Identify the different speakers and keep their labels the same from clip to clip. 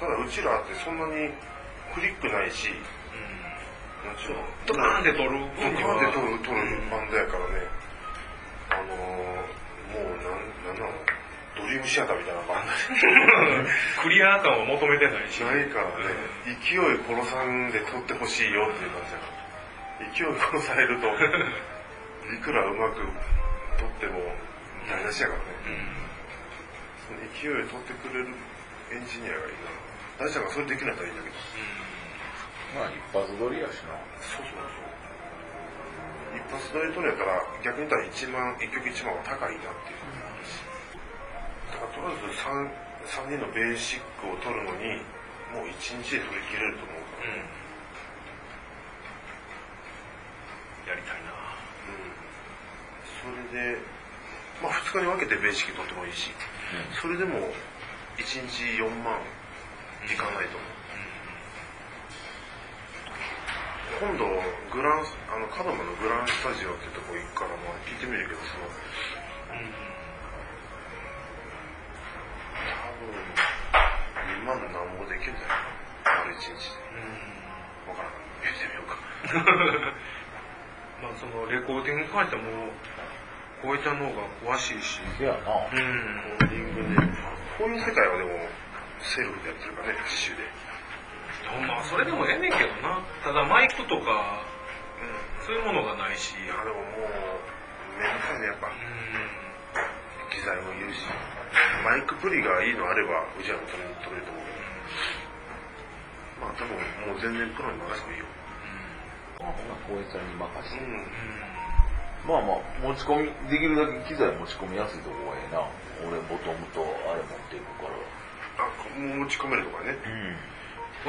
Speaker 1: ただうちらってそんなにクリックないしなんちゅうの
Speaker 2: ドカーンって撮る
Speaker 1: ドカ
Speaker 2: 分には
Speaker 1: ーンで撮る撮る
Speaker 2: うん
Speaker 1: バンドやからねあのー、もうなんなんなのドリームシアターみたいなバンド
Speaker 2: クリア感を求めてないし。
Speaker 1: ないからね、勢い殺さんで撮ってほしいよっていう感じだから勢い殺されるといくらうまく撮っても台無しやからね
Speaker 2: う
Speaker 1: その勢いを取ってくれるエンジニアがいいな大ちゃんがそれできないといいんだけど
Speaker 2: ん。
Speaker 3: まあ一発撮りやしな。
Speaker 1: そうそうそう一発撮り撮るやったら逆に言ったら1万一曲1万は高いなっていうのもあるしだからとりあえず 3, 3人のベーシックを撮るのにもう1日で撮り切れると思うから、
Speaker 2: やりたいな
Speaker 1: うん、それで、まあ、2日に分けてベーシック撮ってもいいし、それでも1日4万いかないと思う、今度グランスあのカドマのグランスタジオってとこ行くから、まあ、聞いてみるけどその多分2万何もできるんじゃないかな丸1日で
Speaker 2: うん。
Speaker 1: 分からん言ってみようか
Speaker 2: まあそのレコーディング書いても、こういったのが詳しいし。
Speaker 3: せやな。
Speaker 2: うん。
Speaker 1: コーディングでこういう世界はでもセルフでやってるからね自習で
Speaker 2: まあそれでもええねんけどな。ただマイクとか、
Speaker 1: うん
Speaker 2: そういうものがないし。
Speaker 1: いやでももうめんどくさいねやっぱ
Speaker 2: う
Speaker 1: 機材もいるしマイクプリがいいのあればうちらも取れ取れると思うけどまあ多分もう全然プロに任せてもいいよ
Speaker 3: まあ、こんな光栄ちゃんに任せ
Speaker 1: う
Speaker 3: て。
Speaker 1: ん
Speaker 2: ん。うん。
Speaker 3: まあまあ、持ち込み、できるだけ機材持ち込みやすいとこがええな。俺、ボトムとあれ持っていくから。
Speaker 1: あもう持ち込めるとかね
Speaker 3: うん。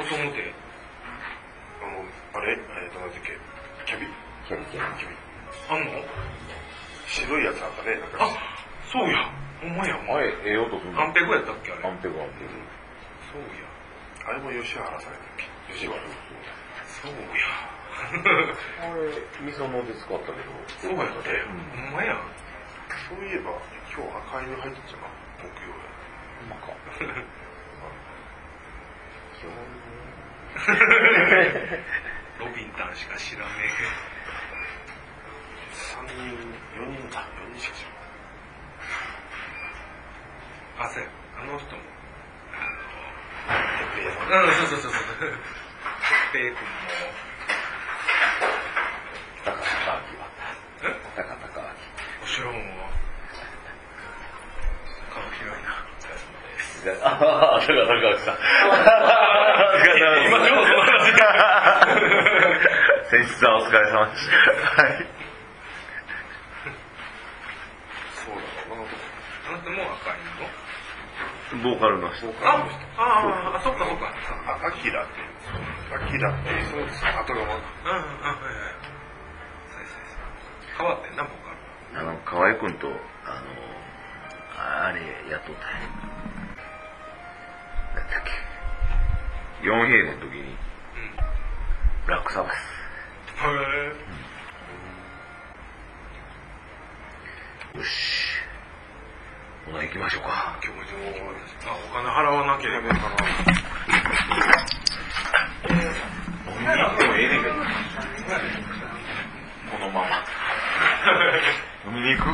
Speaker 2: ボトムで、
Speaker 1: あのあれえっと何だっけキャビ
Speaker 3: キャリキャ
Speaker 1: キ
Speaker 3: リ。
Speaker 1: ャビ
Speaker 2: あんの
Speaker 1: 白いやつあったねなんか
Speaker 2: あ、そうや。お前や、お
Speaker 3: あ
Speaker 2: 前。
Speaker 3: れ、ええ音する
Speaker 2: アンペグやったっけあれ。
Speaker 3: アンペグアンペグ。
Speaker 2: そうや。
Speaker 1: あれも吉原さんやったっけ吉原
Speaker 2: そうや。
Speaker 3: あれ、ミソノで使ったけど。
Speaker 2: そうやって。
Speaker 3: う
Speaker 2: お
Speaker 3: ん
Speaker 2: 前や。
Speaker 1: そういえば今日赤いの入ってたな木曜や
Speaker 3: ほんまか。
Speaker 2: ロビンタンしか知らね
Speaker 1: 3人4人だ4人しか知らない
Speaker 2: え。あ、そうや。あの人も。
Speaker 1: てっぺいやさん
Speaker 2: うん、そうそうそうそう。ペイ君も。
Speaker 3: タカタカアキは。タカタカア
Speaker 2: おしろも。顔広いな。
Speaker 3: キ。あはは、タカタカア キさん。
Speaker 2: 今、上手の話か。
Speaker 3: 先日はお疲れ様でした。はい。
Speaker 1: そうだろうな
Speaker 2: あの人も赤いの
Speaker 3: ボーカルの人。
Speaker 2: あ、ああ、あ、そっかそっか。
Speaker 1: あアキラっていうアキラっていうその後が分かる
Speaker 2: うん、うん、うん。そうそうそう。変わってんな、ボーカル。
Speaker 3: あの、河合くんと、あの、ああれ、やっとった。なんだっけ。4平の時
Speaker 2: う
Speaker 3: に、
Speaker 2: ん。
Speaker 3: ブラックサバス。
Speaker 2: へ
Speaker 3: よし。ほな行きましょうか。
Speaker 1: 今日も情報が
Speaker 2: あ、お金払わなきゃいけないかな。
Speaker 3: 飲みに行ってもええねんけど。このまま。飲みに行く